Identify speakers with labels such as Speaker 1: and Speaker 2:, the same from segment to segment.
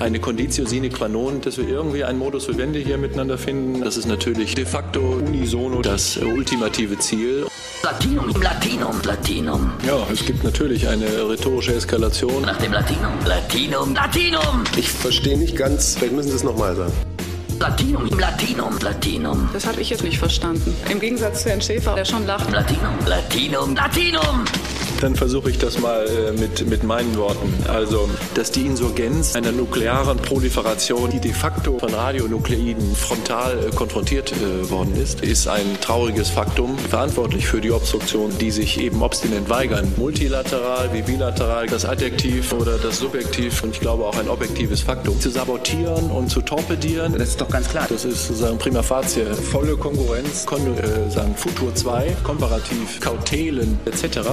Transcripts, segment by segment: Speaker 1: eine Conditio sine qua non, dass wir irgendwie einen Modus vivendi hier miteinander finden. Das ist natürlich de facto unisono das äh, ultimative Ziel.
Speaker 2: Latinum, Latinum, Latinum.
Speaker 1: Ja, es gibt natürlich eine rhetorische Eskalation.
Speaker 2: Nach dem Latinum, Latinum, Latinum.
Speaker 3: Ich verstehe nicht ganz, vielleicht müssen Sie es nochmal sagen.
Speaker 2: Latinum, Latinum, Latinum.
Speaker 4: Das habe ich jetzt nicht verstanden. Im Gegensatz zu Herrn Schäfer, der schon lacht.
Speaker 2: Latinum, Latinum, Latinum.
Speaker 1: Dann versuche ich das mal äh, mit, mit meinen Worten. Also, dass die Insurgenz einer nuklearen Proliferation, die de facto von Radionukleiden frontal äh, konfrontiert äh, worden ist, ist ein trauriges Faktum. Verantwortlich für die Obstruktion, die sich eben obstinent weigern. Multilateral wie bilateral, das Adjektiv oder das Subjektiv und ich glaube auch ein objektives Faktum. Zu sabotieren und zu torpedieren,
Speaker 5: Das ist doch ganz klar.
Speaker 1: das ist sozusagen prima facie. Volle Konkurrenz, Kon äh, sagen Futur 2, komparativ, Kautelen etc.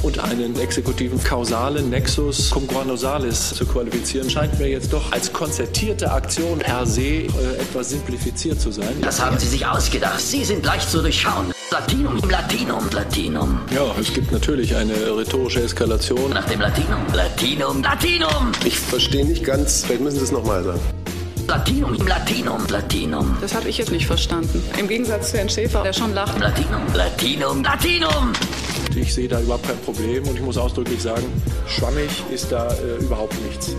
Speaker 1: Und einen exekutiven kausalen Nexus cum guanosalis zu qualifizieren, scheint mir jetzt doch als konzertierte Aktion per se äh, etwas simplifiziert zu sein.
Speaker 2: Das haben sie sich ausgedacht. Sie sind leicht zu durchschauen. Latinum, Latinum, Latinum.
Speaker 1: Ja, es gibt natürlich eine rhetorische Eskalation.
Speaker 2: Nach dem Latinum, Latinum, Latinum.
Speaker 3: Ich verstehe nicht ganz, vielleicht müssen Sie es nochmal sagen.
Speaker 2: Latinum, Latinum, Latinum.
Speaker 4: Das habe ich jetzt nicht verstanden. Im Gegensatz zu Herrn Schäfer, der schon lacht.
Speaker 2: Latinum, Latinum, Latinum.
Speaker 1: Ich sehe da überhaupt kein Problem und ich muss ausdrücklich sagen, schwammig ist da äh, überhaupt nichts.